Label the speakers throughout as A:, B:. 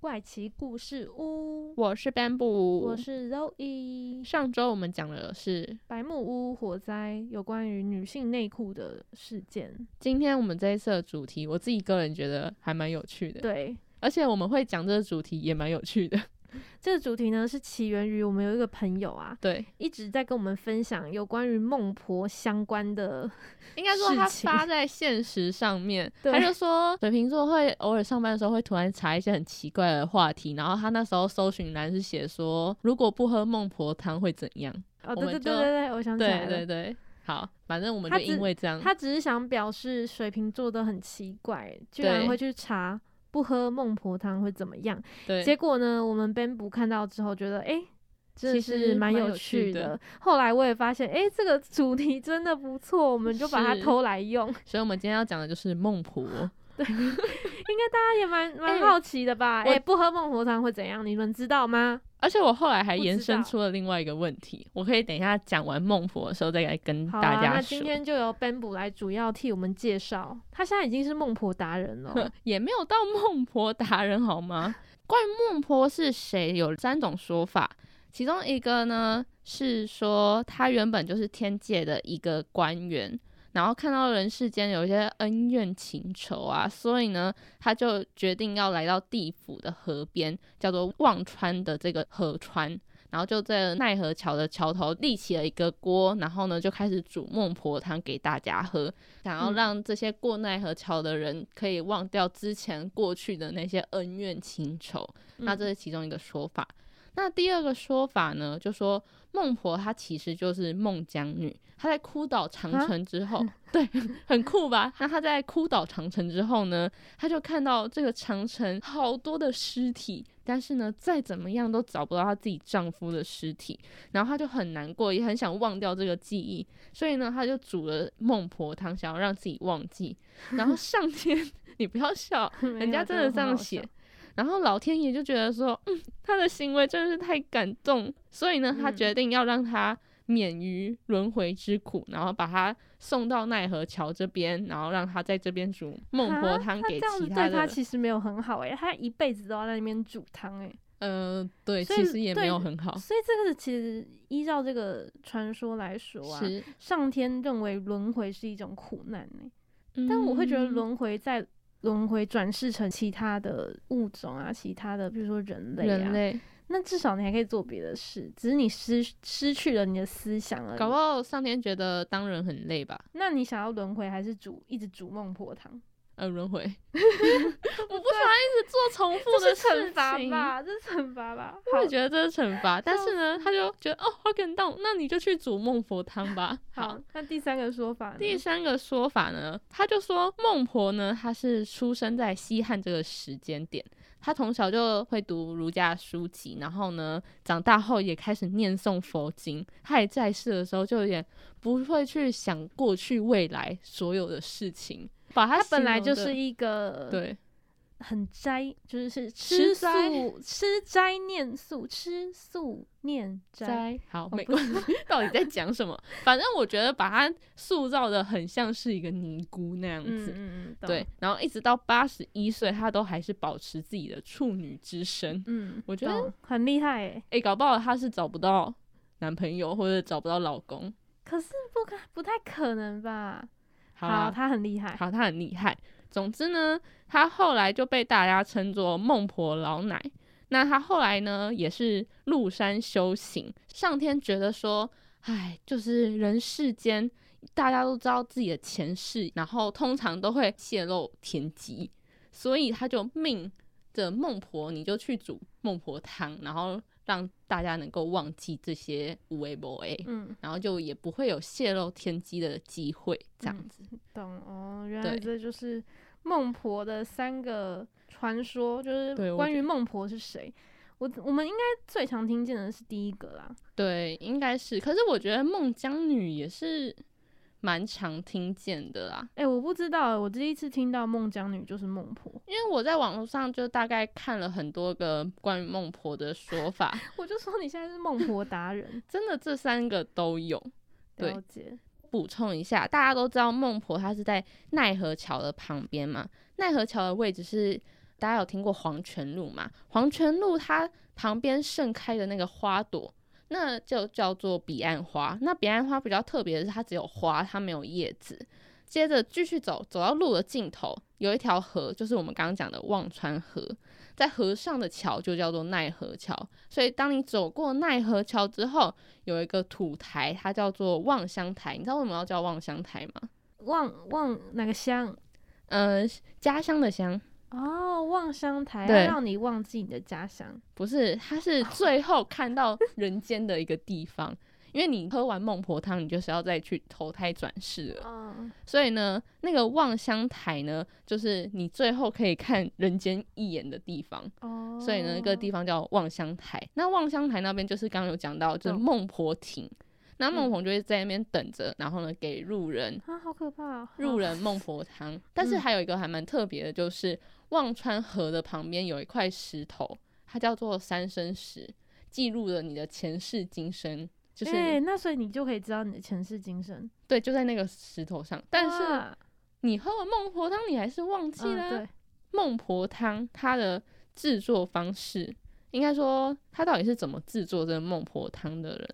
A: 怪奇故事屋，
B: 我是 Bamboo，
A: 我是 Zoe。
B: 上周我们讲的是，
A: 白木屋火灾有关于女性内裤的事件，
B: 今天我们这一次的主题，我自己个人觉得还蛮有趣的，
A: 对，
B: 而且我们会讲这个主题也蛮有趣的，
A: 这个主题呢是起源于我们有一个朋友啊，
B: 对，
A: 一直在跟我们分享有关于孟婆相关的，
B: 应该说他
A: 事情
B: 发在现实上面，
A: 对
B: 他就说水瓶座会偶尔上班的时候会突然查一些很奇怪的话题，然后他那时候搜寻栏是写说如果不喝孟婆汤会怎样？
A: 哦，
B: 我
A: 对
B: 们
A: 对
B: 就
A: 对对对，我想起来
B: 对对
A: 了。
B: 嗯对，好，反正我们
A: 他
B: 就
A: 只
B: 因为这样，
A: 他只是想表示水瓶座的很奇怪，居
B: 对
A: 然会去查不喝孟婆汤会怎么样。结
B: 对
A: 果呢，我们 Ben 不看到之后觉得，哎、真
B: 其
A: 的
B: 实
A: 是蛮
B: 蛮有趣
A: 趣
B: 的
A: 后来我也发现，哎、这个主题真的不错，我们就把它
B: 是
A: 偷来用。
B: 所以我们今天要讲的就是孟婆。
A: 大家也蛮蛮
B: 诶
A: 好奇的吧？
B: 我
A: 哎、不喝孟婆汤会怎样？你们知道吗？
B: 而且我后来还
A: 不
B: 延
A: 知
B: 伸
A: 道
B: 出了另外一个问题，我可以等一下讲完孟婆的时候再来跟
A: 好
B: 大
A: 啊，
B: 家
A: 那
B: 说。
A: 今。天就由 Ben 补来主要替我们介绍。他现在已经是孟婆达人了
B: 也没有到孟婆达人好吗？ 关于孟婆是谁，有三种说法，其中一个呢是说她原本就是天界的一个官员，然后看到人世间有一些恩怨情仇啊，所以呢，她就决定要来到地府的河边，叫做忘川的这个河川。然后就在奈何桥的桥头立起了一个锅，然后呢就开始煮孟婆汤给大家喝。想要
A: 嗯
B: 让这些过奈何桥的人可以忘掉之前过去的那些恩怨情仇，那
A: 嗯
B: 这是其中一个说法。那第二个说法呢，就说孟婆她其实就是孟姜女，她在哭倒长
A: 啊
B: 城之后，对，很酷吧？那她在哭倒长城之后呢，她就看到这个长城好多的尸体，但是呢，再怎么样都找不到她自己丈夫的尸体，然后她就很难过，也很想忘掉这个记忆，所以呢，她就煮了孟婆汤，想要让自己忘记。然后上天， 你不要笑，
A: 没
B: 人
A: 有
B: 家真的
A: 很
B: 这样
A: 好
B: 写
A: 笑。
B: 然后老天爷就觉得说，嗯，他的行为真的是太感动，所以呢，他
A: 嗯
B: 决定要让他免于轮回之苦，然后把他送到奈何桥这边，然后让他在这边煮孟婆
A: 啊
B: 汤
A: 他
B: 给
A: 这样
B: 其
A: 子对
B: 的
A: 他。其实没有很好哎、他一辈子都要在那边煮汤哎、
B: 呃，对，
A: 所
B: 其
A: 以
B: 实也没
A: 对
B: 有很好，
A: 所以这个其实依照这个传说来说啊，
B: 是。
A: 上天认为轮回是一种苦难哎、但我会觉得
B: 嗯
A: 轮回在轮回转世成其他的物种啊，其他的比如说人类啊，
B: 嗯人类，
A: 那至少你还可以做别的事，只是你失失去了你的思想而已。
B: 搞不好上天觉得当人很累吧？
A: 那你想要轮回还是煮一直煮孟婆汤？
B: 呃，轮 回，我 不想要一直做重复
A: 这
B: 的
A: 是惩
B: 事
A: 罚
B: 情。
A: 吧？这是惩 罚吧？
B: 我也
A: 好
B: 觉得这是惩罚，但
A: 笑
B: 是呢，他就觉得哦，好感动，那你就去煮孟婆汤吧。
A: 好，嗯那第三个说法呢，
B: 第三个说法呢，他就说孟婆呢，她是出生在西汉这个时间点，她从小就会读儒家书籍，然后呢，长大后也开始念诵佛经。她还在世的时候，就有点不会去想过去、未来所有的事情，把她
A: 他本
B: 形
A: 来
B: 容
A: 就
B: 得
A: 是一个
B: 对
A: 很斋，就是是
B: 吃
A: 吃
B: 斋
A: 素、吃斋念素、吃素念斋。
B: 斋好
A: 哦
B: 没
A: 不
B: 关系， 到底在讲什么？反正我觉得把她塑造的很像是一个尼姑那样
A: 嗯
B: 子。
A: 嗯嗯，
B: 对
A: 懂，，
B: 然后一直到八十一岁，她都还是保持自己的处女之身。
A: 嗯，
B: 我觉得
A: 懂很厉害欸诶。
B: 诶，搞不好她是找不到男朋友或者找不到老公。
A: 可是不可不太可能吧？
B: 好
A: 好，
B: 啦，
A: 他很厉害。
B: 好，她很厉害。总之呢，她后来就被大家称作孟婆老奶。那她后来呢，也是入山修行。上天觉得说，哎，就是人世间大家都知道自己的前世，然后通常都会泄露天机，所以他就命着孟婆，你就去煮孟婆汤，然后让大家能够忘记这些无为不为。
A: 嗯，
B: 然后就也不会有泄露天机的机会，这样子。
A: 懂哦。原来
B: 对
A: 这就是孟婆的三个传说，就是
B: 对我
A: 关
B: 觉
A: 于孟婆是谁。我我们应该最常听见的是第一个啦，
B: 对，应该是。可是我觉得孟姜女也是蛮常听见的啦，
A: 哎、我不知道、我第一次听到孟姜女就是孟婆，
B: 因为我在网络上就大概看了很多个关于孟婆的说法，，
A: 我就说你现在是孟婆达人
B: 真的这三个都有。 对
A: 了解。
B: 补充一下，大家都知道孟婆她是在奈何桥的旁边嘛，奈何桥的位置是大家有听过黄泉路嘛？黄泉路它旁边盛开的那个花朵，那就叫做彼岸花。那彼岸花比较特别的是，它只有花，它没有叶子。接着继续走，走到路的尽头有一条河，就是我们刚刚讲的忘川河。在河上的桥就叫做奈何桥，所以当你走过奈何桥之后，有一个土台，它叫做望乡台。你知道为什么要叫望乡台吗？
A: 望望哪个乡？
B: 嗯、家乡的乡
A: 哦，望乡台，
B: 对
A: 要让你忘记你的家乡。
B: 不是，它是最后看到人间的一个地方。因为你喝完孟婆汤，你就是要再去投胎转世了，
A: 嗯，
B: 所以呢，那个望乡台呢，就是你最后可以看人间一眼的地方。
A: 哦，
B: 所以呢，一个地方叫望乡台。那望乡台那边就是刚刚有讲到，就是
A: 嗯
B: 孟婆亭。那孟
A: 嗯
B: 婆就会在那边等着，然后呢给路人
A: 啊，好可怕、哦，
B: 入人孟婆汤。但是
A: 嗯
B: 还有一个还蛮特别的，就是忘川河的旁边有一块石头，它叫做三生石，记录了你的前世今生。就是、
A: 哎、那所以你就可以知道你的前世今生。
B: 对，就在那个石头上。但是
A: 哇
B: 你喝了孟婆汤，你还是忘记了啊、
A: 嗯，对，
B: 孟婆汤它的制作方式，应该说它到底是怎么制作这个孟婆汤的人？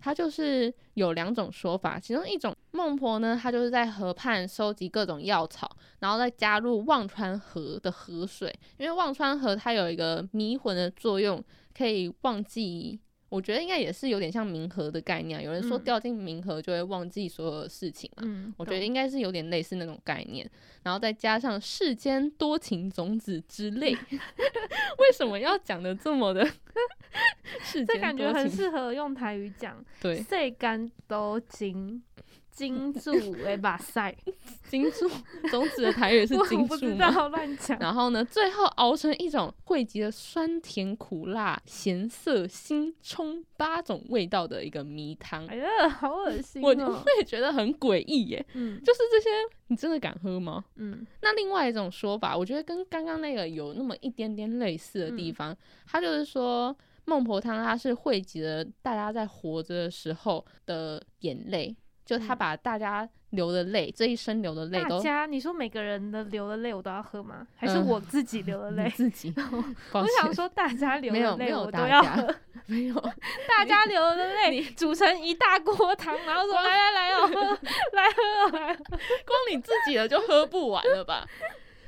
B: 它就是有两种说法，其中一种孟婆呢，她就是在河畔收集各种药草，然后再加入忘川河的河水，因为忘川河它有一个迷魂的作用，可以忘记。我觉得应该也是有点像冥河的概念啊，有人说
A: 嗯
B: 掉进冥河就会忘记所有的事情嘛，
A: 嗯，
B: 我觉得
A: 懂
B: 应该是有点类似那种概念，然后再加上世间多情种子之 类，为什么要讲的这么的世
A: 这
B: 间
A: 感觉
B: 多
A: 很
B: 情？
A: 适合用台语讲，
B: 对，
A: 岁干都金 金柱哎把塞，
B: 金柱种子的台语 是
A: 我
B: 金
A: 我不
B: 柱
A: 知
B: 吗？
A: 道乱讲。
B: 然后呢，最后熬成一种汇集了酸甜苦辣、咸涩、辛冲八种味道的一个迷汤，
A: 哎呀，好恶心
B: 我
A: 哦
B: 我！也觉得很诡异耶。
A: 嗯
B: 就是这些，你真的敢喝吗？
A: 嗯，
B: 那另外一种说法，我觉得跟刚刚那个有那么一点点类似的
A: 嗯
B: 地方，它就是说孟婆汤它是汇集了大家在活着的时候的眼泪，就它
A: 嗯
B: 把大家流的泪，这一生流的泪
A: 大
B: 都
A: 家你说每个人的流的泪我都要喝吗？还是
B: 嗯
A: 我自己流的
B: 你
A: 泪？。
B: 自己
A: 我
B: 抱
A: 我
B: 歉
A: 想说大家流
B: 没有
A: 的
B: 没
A: 泪
B: 有
A: 我
B: 大
A: 都要
B: 家
A: 喝，
B: 没有，
A: 大家流的泪煮成一大锅汤，然后说来来来哦， 喝来喝哦来喝。
B: 光你自己的就喝不完了吧？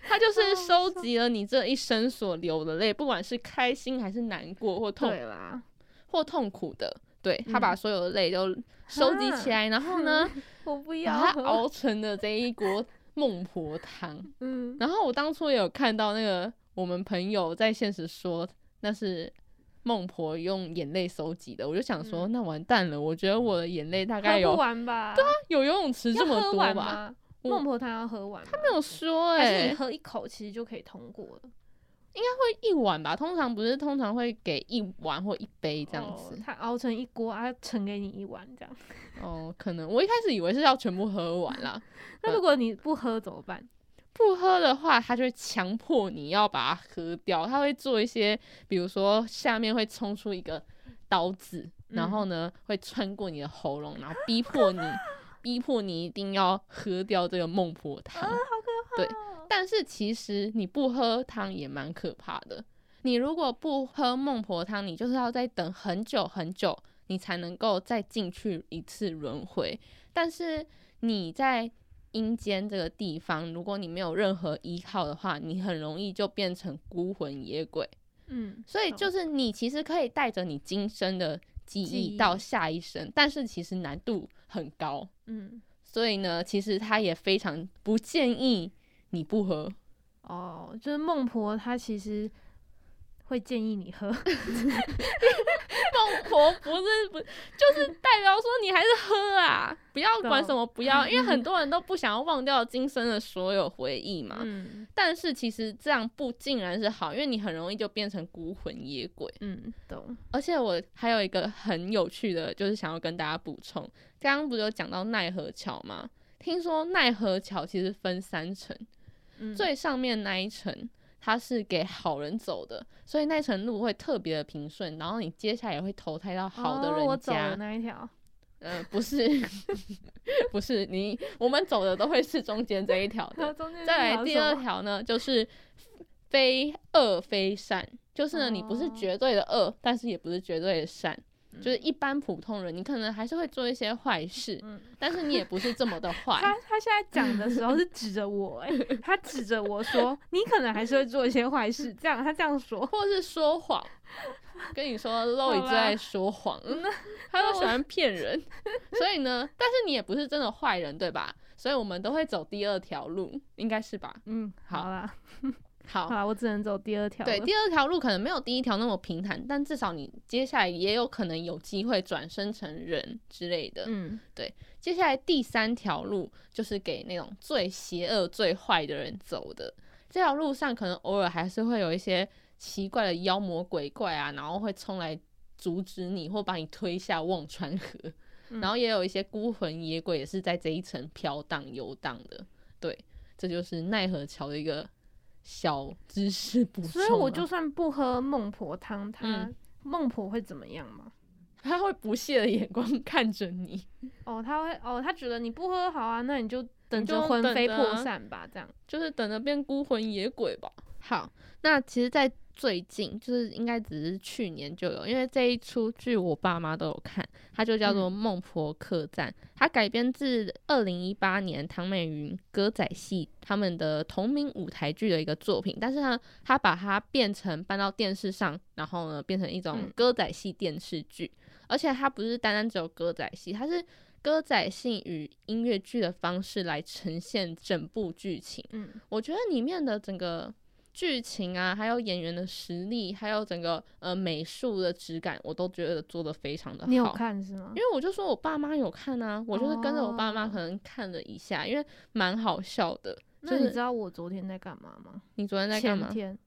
B: 它
A: 哦
B: 就是收集了你这一生所流的泪，不管是开心还是难过或痛
A: 啦，
B: 或痛苦的，对他把
A: 嗯
B: 所有的泪都收集起来，然后呢，
A: 我不要
B: 把它
A: 喝。
B: 熬成的这一锅孟婆汤。
A: 嗯，
B: 然后我当初也有看到那个我们朋友在现实说那是孟婆用眼泪收集的，我就想说、
A: 嗯
B: 那完蛋了，我觉得我的眼泪大概
A: 喝不
B: 有
A: 完吧？
B: 有游泳池
A: 要
B: 这么多
A: 喝完
B: 吧？
A: 吗？
B: 我
A: 孟婆汤要喝完吗，他
B: 没有说
A: 还
B: 哎、
A: 是你
B: 会
A: 喝一口其实就可以通过了，
B: 一碗吧，通常不是通常会给一碗或一杯这样
A: 哦
B: 子
A: 它熬成一锅啊，盛给你一碗这 样。
B: 哦可能我一开始以为是要全部喝完啦，
A: 那如果你不喝怎么办？
B: 不喝的话，他就会强迫你要把它喝掉。他会做一些，比如说下面会冲出一个刀子，
A: 嗯
B: 然后呢会穿过你的喉咙，然后逼迫你，逼迫你一定要喝掉这个孟婆汤。
A: 哦
B: 但是其实你不喝汤也蛮可怕的。你如果不喝孟婆汤，你就是要再等很久很久，你才能够再进去一次轮回。但是你在阴间这个地方，如果你没有任何依靠的话，你很容易就变成孤魂野鬼。
A: 嗯，
B: 所以就
A: 懂
B: 是你其实可以带着你今生的记
A: 记
B: 忆
A: 忆
B: 到下一生，但是其实难度很高。
A: 嗯，
B: 所以呢，其实他也非常不建议你不喝。
A: 哦，就是孟婆她其实会建议你喝，
B: 孟婆不是不就是代表说你还是喝啊，不要管什么不要，因为很多人都不想要忘掉今生的所有回忆嘛。
A: 嗯
B: 但是其实这样不尽然是好，因为你很容易就变成孤魂野鬼。
A: 嗯，懂。
B: 而且我还有一个很有趣的，就是想要跟大家补充，刚刚不是有讲到奈何桥吗？听说奈何桥其实分三层，
A: 嗯
B: 最上面那一层它是给好人走的，所以那层路会特别的平顺，然后你接下来会投胎到好的
A: 哦我
B: 人
A: 走
B: 家。
A: 的那一条，
B: 呃，不是， 不是你，我们走的都会是中间这一条的。
A: 中间
B: 再来第二条呢，就是非恶非善，就是呢，你不是
A: 哦
B: 绝对的恶，但是也不是绝对的善，就是
A: 嗯
B: 一般普通人，你可能还是会做一些坏事，
A: 嗯
B: 但是你也不是这么的坏
A: 他。他现在讲的时候是指着我、 哎，他指着我说，你可能还是会做一些坏事，这样他这 样说，
B: 或是说谎，跟你说 Lori 最爱说 谎，他都喜欢骗人，所以呢，但是你也不是真的坏人，对吧？所以我们都会走第二条路，应该是吧？
A: 嗯，
B: 好
A: 好啦，
B: 好
A: 好，啦，我只能走第二条了，
B: 对，第二条路可能没有第一条那么平坦，但至少你接下来也有可能有机会转生成人之类的。
A: 嗯
B: 接下来第三条路就是给那种最邪恶、最坏的人走的。这条路上可能偶尔还是会有一些奇怪的妖魔鬼怪啊，然后会冲来阻止你或把你推下忘川河。
A: 嗯
B: 然后也有一些孤魂野鬼也是在这一层飘荡游荡的。对，这就是奈何桥的一个小知识补充啊。
A: 所以我就算不喝孟婆汤，他
B: 嗯
A: 孟婆会怎么样吗？
B: 他会不屑的眼光看着你，
A: 哦，他会哦，他觉得你不喝好啊，那你就等着
B: 就
A: 魂
B: 等
A: 飞
B: 着
A: 魄
B: 啊
A: 散吧，这样。
B: 就是等着变孤魂野鬼吧。好，那其实，在最近就是应该只是去年就有，因为这一出剧我爸妈都有看，它就叫做《
A: 嗯
B: 孟婆客栈》，它改编自二零一八年唐美云歌仔戏他们的同名舞台剧的一个作品，但是呢，它把它变成搬到电视上，然后呢，变成一种
A: 嗯
B: 歌仔戏电视剧，而且它不是单单只有歌仔戏，它是。歌仔戏与音乐剧的方式来呈现整部剧情，
A: 嗯
B: 我觉得里面的整个剧情啊，还有演员的实力，还有整个呃美术的质感，我都觉得做的非常呃的好。
A: 你有看是吗
B: 因？为我就说我爸妈有看啊，我就是跟着我爸妈
A: 哦
B: 可能看了一下，因为蛮好笑的。
A: 那
B: 就
A: 你
B: 是
A: 知道我昨天在干嘛吗？
B: 你昨天在干
A: 前
B: 嘛？
A: 天，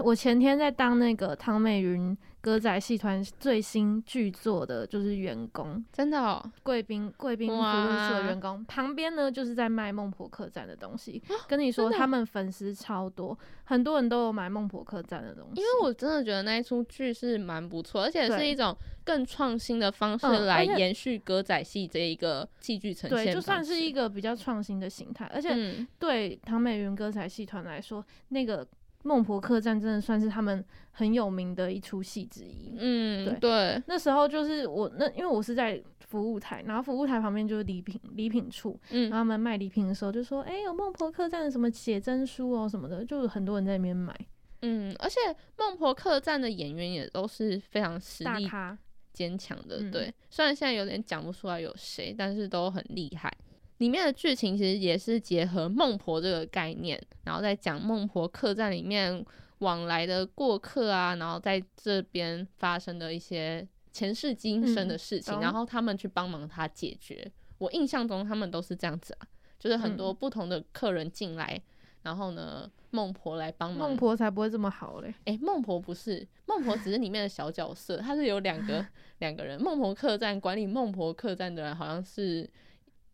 A: 我前天在当那个唐美云歌仔戏团最新剧作的，就是员工，
B: 真的哦，
A: 贵宾贵宾服务社员工。旁边呢，就是在卖孟婆客栈的东西。跟你说，
B: 啊真的哦
A: 他们粉丝超多，很多人都有买孟婆客栈的东西。
B: 因为我真的觉得那一出剧是蛮不错，而且是
A: 对
B: 一种更创新的方式
A: 嗯
B: 来
A: 而且
B: 延续歌仔戏这一个戏剧呈现方式。
A: 对，就算是一个比较创新的形态，而且
B: 嗯，
A: 对唐美云歌仔戏团来说，那个孟婆客栈真的算是他们很有名的一出戏之一。
B: 嗯
A: 对
B: 对，
A: 那时候就是我那，因为我是在服务台，然后服务台旁边就是礼品礼品处，然
B: 嗯
A: 后他们卖礼品的时候就说：“哎、有孟婆客栈的什么写真书哦什么的，就有很多人在那边买，
B: 嗯，而且孟婆客栈的演员也都是非常实
A: 大
B: 力
A: 咖。
B: 坚强的，
A: 嗯
B: 对。虽然现在有点讲不出来有谁，但是都很厉害。里面的剧情其实也是结合孟婆这个概念，然后再讲孟婆客栈里面往来的过客啊，然后在这边发生的一些前世今生的事情，
A: 嗯懂
B: 然后他们去帮忙他解决。我印象中他们都是这样子啊，就是很
A: 嗯
B: 多不同的客人进来，然后呢，孟婆来帮忙
A: 孟婆才不会这么好嘞。
B: 诶，孟婆不是孟婆，只是里面的小角色，她是有两个两个人。孟婆客栈管理孟婆客栈的人好像是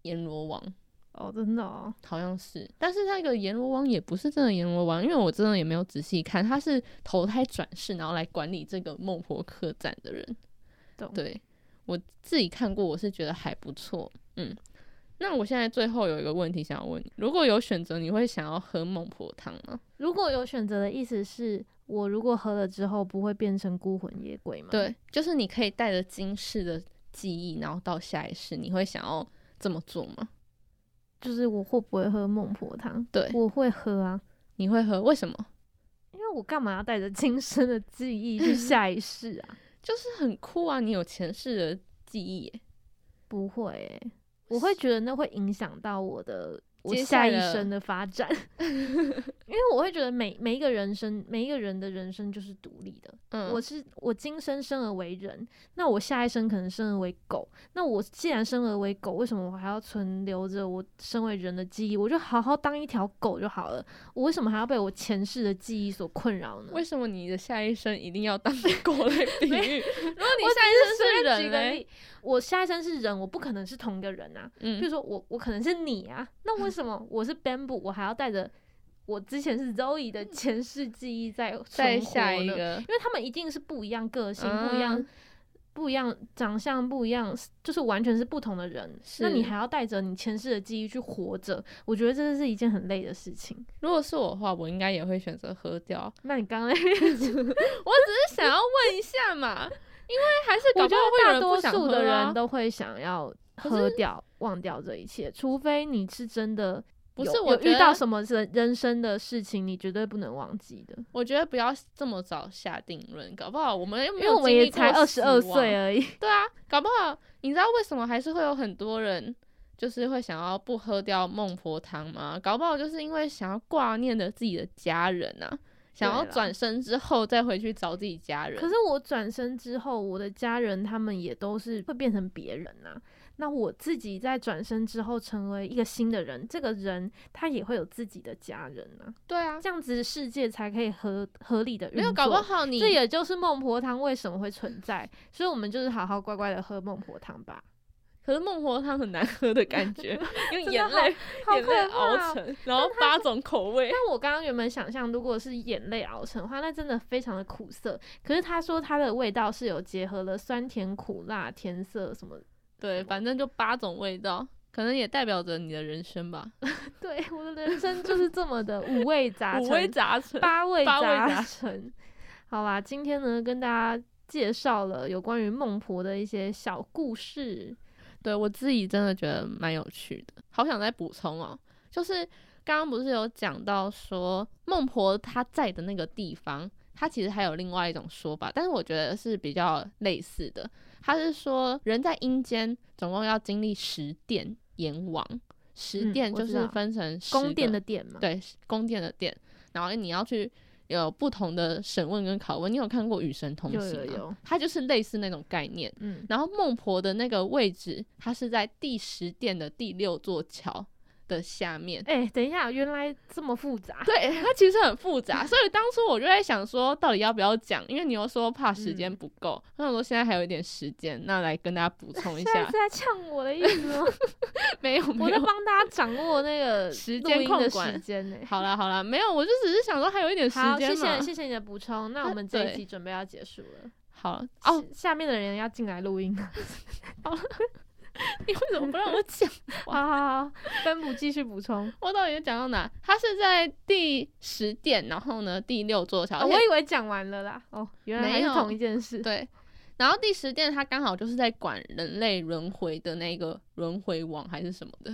B: 阎罗王，
A: 哦，真的哦，
B: 好像是，但是那个阎罗王也不是真的阎罗王，因为我真的也没有仔细看，他是投胎转世，然后来管理这个孟婆客栈的人。
A: 懂。
B: 对我自己看过，我是觉得还不错。嗯，那我现在最后有一个问题想要问你：如果有选择，你会想要喝孟婆汤吗？
A: 如果有选择的意思是我如果喝了之后不会变成孤魂野鬼吗？，
B: 对，就是你可以带着今世的记忆，然后到下一世，你会想要这么做吗？
A: 就是我会不会喝孟婆汤？
B: 对
A: 我会喝啊，
B: 你会喝？为什么？
A: 因为我干嘛要带着 今生的记忆 去下一世啊？
B: 就是很酷啊！你有前世的记忆耶，
A: 不会、欸，我会觉得那会影响到我的我
B: 接
A: 下
B: 下
A: 一
B: 了
A: 生的发 展，因为我会觉得每每一个人生，每一个人的人生就是独立的。
B: 嗯，
A: 我是我今生生而为人，那我下一生可能生而为狗。那我既然生而为狗，为什么我还要存留着我身为人的记忆？我就好好当一条狗就好了。我为什么还要被我前世的记忆所困扰呢？
B: 为什么你的下一生一定要当 狗来比喻？如果你
A: 我
B: 下一
A: 只
B: 生是
A: 随便举
B: 人欸
A: 个
B: 嘞，
A: 例欸我下一生是人，我不可能是同一个人啊。比如
B: 嗯，
A: 说我，我可能是你啊，那为什么我是 Bamboo，我还要带着我之前是 Zoe 的前世记忆在
B: 再
A: 存活
B: 嗯下一
A: 呢？
B: 个
A: 因为他们一定是不一样个性、不一样
B: 嗯、
A: 不一样长相、不一样，就是完全是不同的人。那你
B: 是
A: 还要带着你前世的记忆去活着，我觉得这是一件很累的事情。
B: 如果是我的话，我应该也会选择喝掉。
A: 那你刚刚 我
B: 我只是想要问一下嘛，因为还是搞不
A: 觉得
B: 好会有
A: 大
B: 人
A: 多
B: 不想
A: 数的
B: 喝啊
A: 人都会想要喝掉、忘掉这一切，除非你是真的。
B: 不
A: 有
B: 是我
A: 有
B: 觉
A: 遇到
B: 得
A: 什么人人生的事情，你绝对不能忘记的，
B: 我觉得不要这么早下定论，搞不好我们又
A: 因
B: 没
A: 为
B: 有
A: 我们
B: 经
A: 也
B: 历过
A: 才二十二
B: 死
A: 岁
B: 亡
A: 而已。
B: 对啊，搞不好你知道为什么还是会有很多人就是会想要不喝掉孟婆汤吗？搞不好就是因为想要挂念着自己的家人啊，想要
A: 对啦
B: 转身之后再回去找自己家人。
A: 可是我转身之后，我的家人他们也都是会变成别人啊。那我自己在转身之后成为一个新的人，这个人他也会有自己的家人啊，
B: 对啊，
A: 这样子世界才可以合合理的运作。
B: 没有搞不好你
A: 这也就是孟婆汤为什么会存在，所以我们就是好好乖乖的喝孟婆汤吧。
B: 可是孟婆汤很难喝的感 觉，用
A: 真的
B: 眼
A: 好
B: 泪
A: 好
B: 眼
A: 可
B: 泪
A: 怕
B: 熬
A: 哦
B: 成，然后八种口味。
A: 但我刚刚原本想象，如果是眼泪熬成的话，那真的非常的苦涩。可是他说它的味道是有结合了酸甜苦辣甜涩什么。
B: 对，反正就八种味道，可能也代表着你的人生吧，
A: 对，我的人生就是这么的五味杂
B: 五味
A: 陈，
B: 杂陈。
A: 八味
B: 八味
A: 杂
B: 杂
A: 陈。好啦，今天呢跟大家介绍了有关于孟婆的一些小故事。
B: 对我自己真的觉得蛮有趣的，好想再补充哦。就是刚刚不是有讲到说孟婆她在的那个地方，它其实还有另外一种说法，但是我觉得是比较类似的。它是说人在阴间总共要经历十殿阎王，十
A: 嗯
B: 殿
A: 我
B: 就
A: 知
B: 是
A: 道
B: 分成十
A: 宫殿
B: 个
A: 的殿嘛，
B: 对宫殿的殿，然后你要去。有不同的审问跟拷问，你有看过《与神同
A: 有
B: 行》吗？
A: 有有
B: 它就是类似那种概念。
A: 嗯，
B: 然后孟婆的那个位置，它是在第十殿的第六座桥的下面。
A: 哎、等一下，原来这么复杂。
B: 对，它其实很复杂，所以当初我就在想说，到底要不要讲？因为你又说怕时间
A: 嗯
B: 不够，那我说现在还有一点时间，那来跟大家补充一
A: 现在
B: 下
A: 是。在呛我的意思吗？
B: 没有，没
A: 我在
B: 有。
A: 帮大家掌握那个
B: 时
A: 录
B: 间
A: 音
B: 控
A: 的
B: 管
A: 时间呢、
B: 好啦好啦，没有，我就只是想说还有一点时
A: 好，
B: 间
A: 谢
B: 嘛。
A: 谢谢谢你的补充。那我
B: 啊
A: 们这
B: 对
A: 一集准备要结束了。
B: 好哦，
A: 下，下面的人要进来录音了。
B: 你为什么不让我讲？
A: 好好好，分补继续补充。
B: 我到底讲到哪？它是在第十殿，然后呢第六座桥。
A: 啊
B: 而且
A: 我以为讲完了啦，哦，原来还
B: 没
A: 是
B: 有
A: 同一件事。
B: 对，然后第十殿它刚好就是在管人类轮回的那个轮回王还是什么的，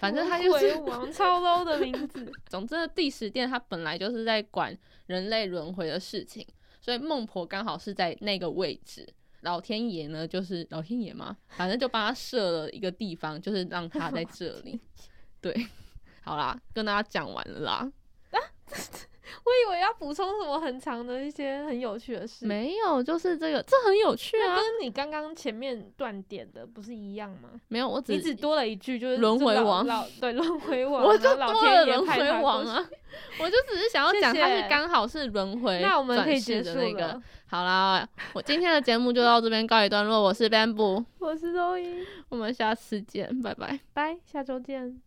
B: 反正它就是
A: 轮回王超 low 的名字。
B: 总之，第十殿它本来就是在管人类轮回的事情，所以孟婆刚好是在那个位置。老天爷呢，就是老天爷嘛，反正就帮他设了一个地方，就是让他在这 里。对，好啦，跟大家讲完了啦。
A: 我以为要补充什么很长的一些很有趣的事，
B: 没有，就是这个，这很有趣
A: 那
B: 啊。
A: 跟你刚刚前面断点的不是一样吗？
B: 没有，我只
A: 你只多了一句，就是
B: 轮回
A: 老
B: 王
A: 老对轮回王，
B: 我
A: 然
B: 就
A: 后老
B: 多
A: 天
B: 了
A: 爷
B: 轮
A: 派
B: 回
A: 他过
B: 王
A: 去。
B: 啊！ 我就只是想要
A: 谢
B: 讲，它
A: 谢
B: 是刚好是轮回，
A: 那我们可以结束
B: 那
A: 了
B: 个。。好啦，我今天的节目就到这边告一段落。我是 Bamboo，
A: 我是周一，
B: 我们下次见，拜拜。
A: 拜，下周见。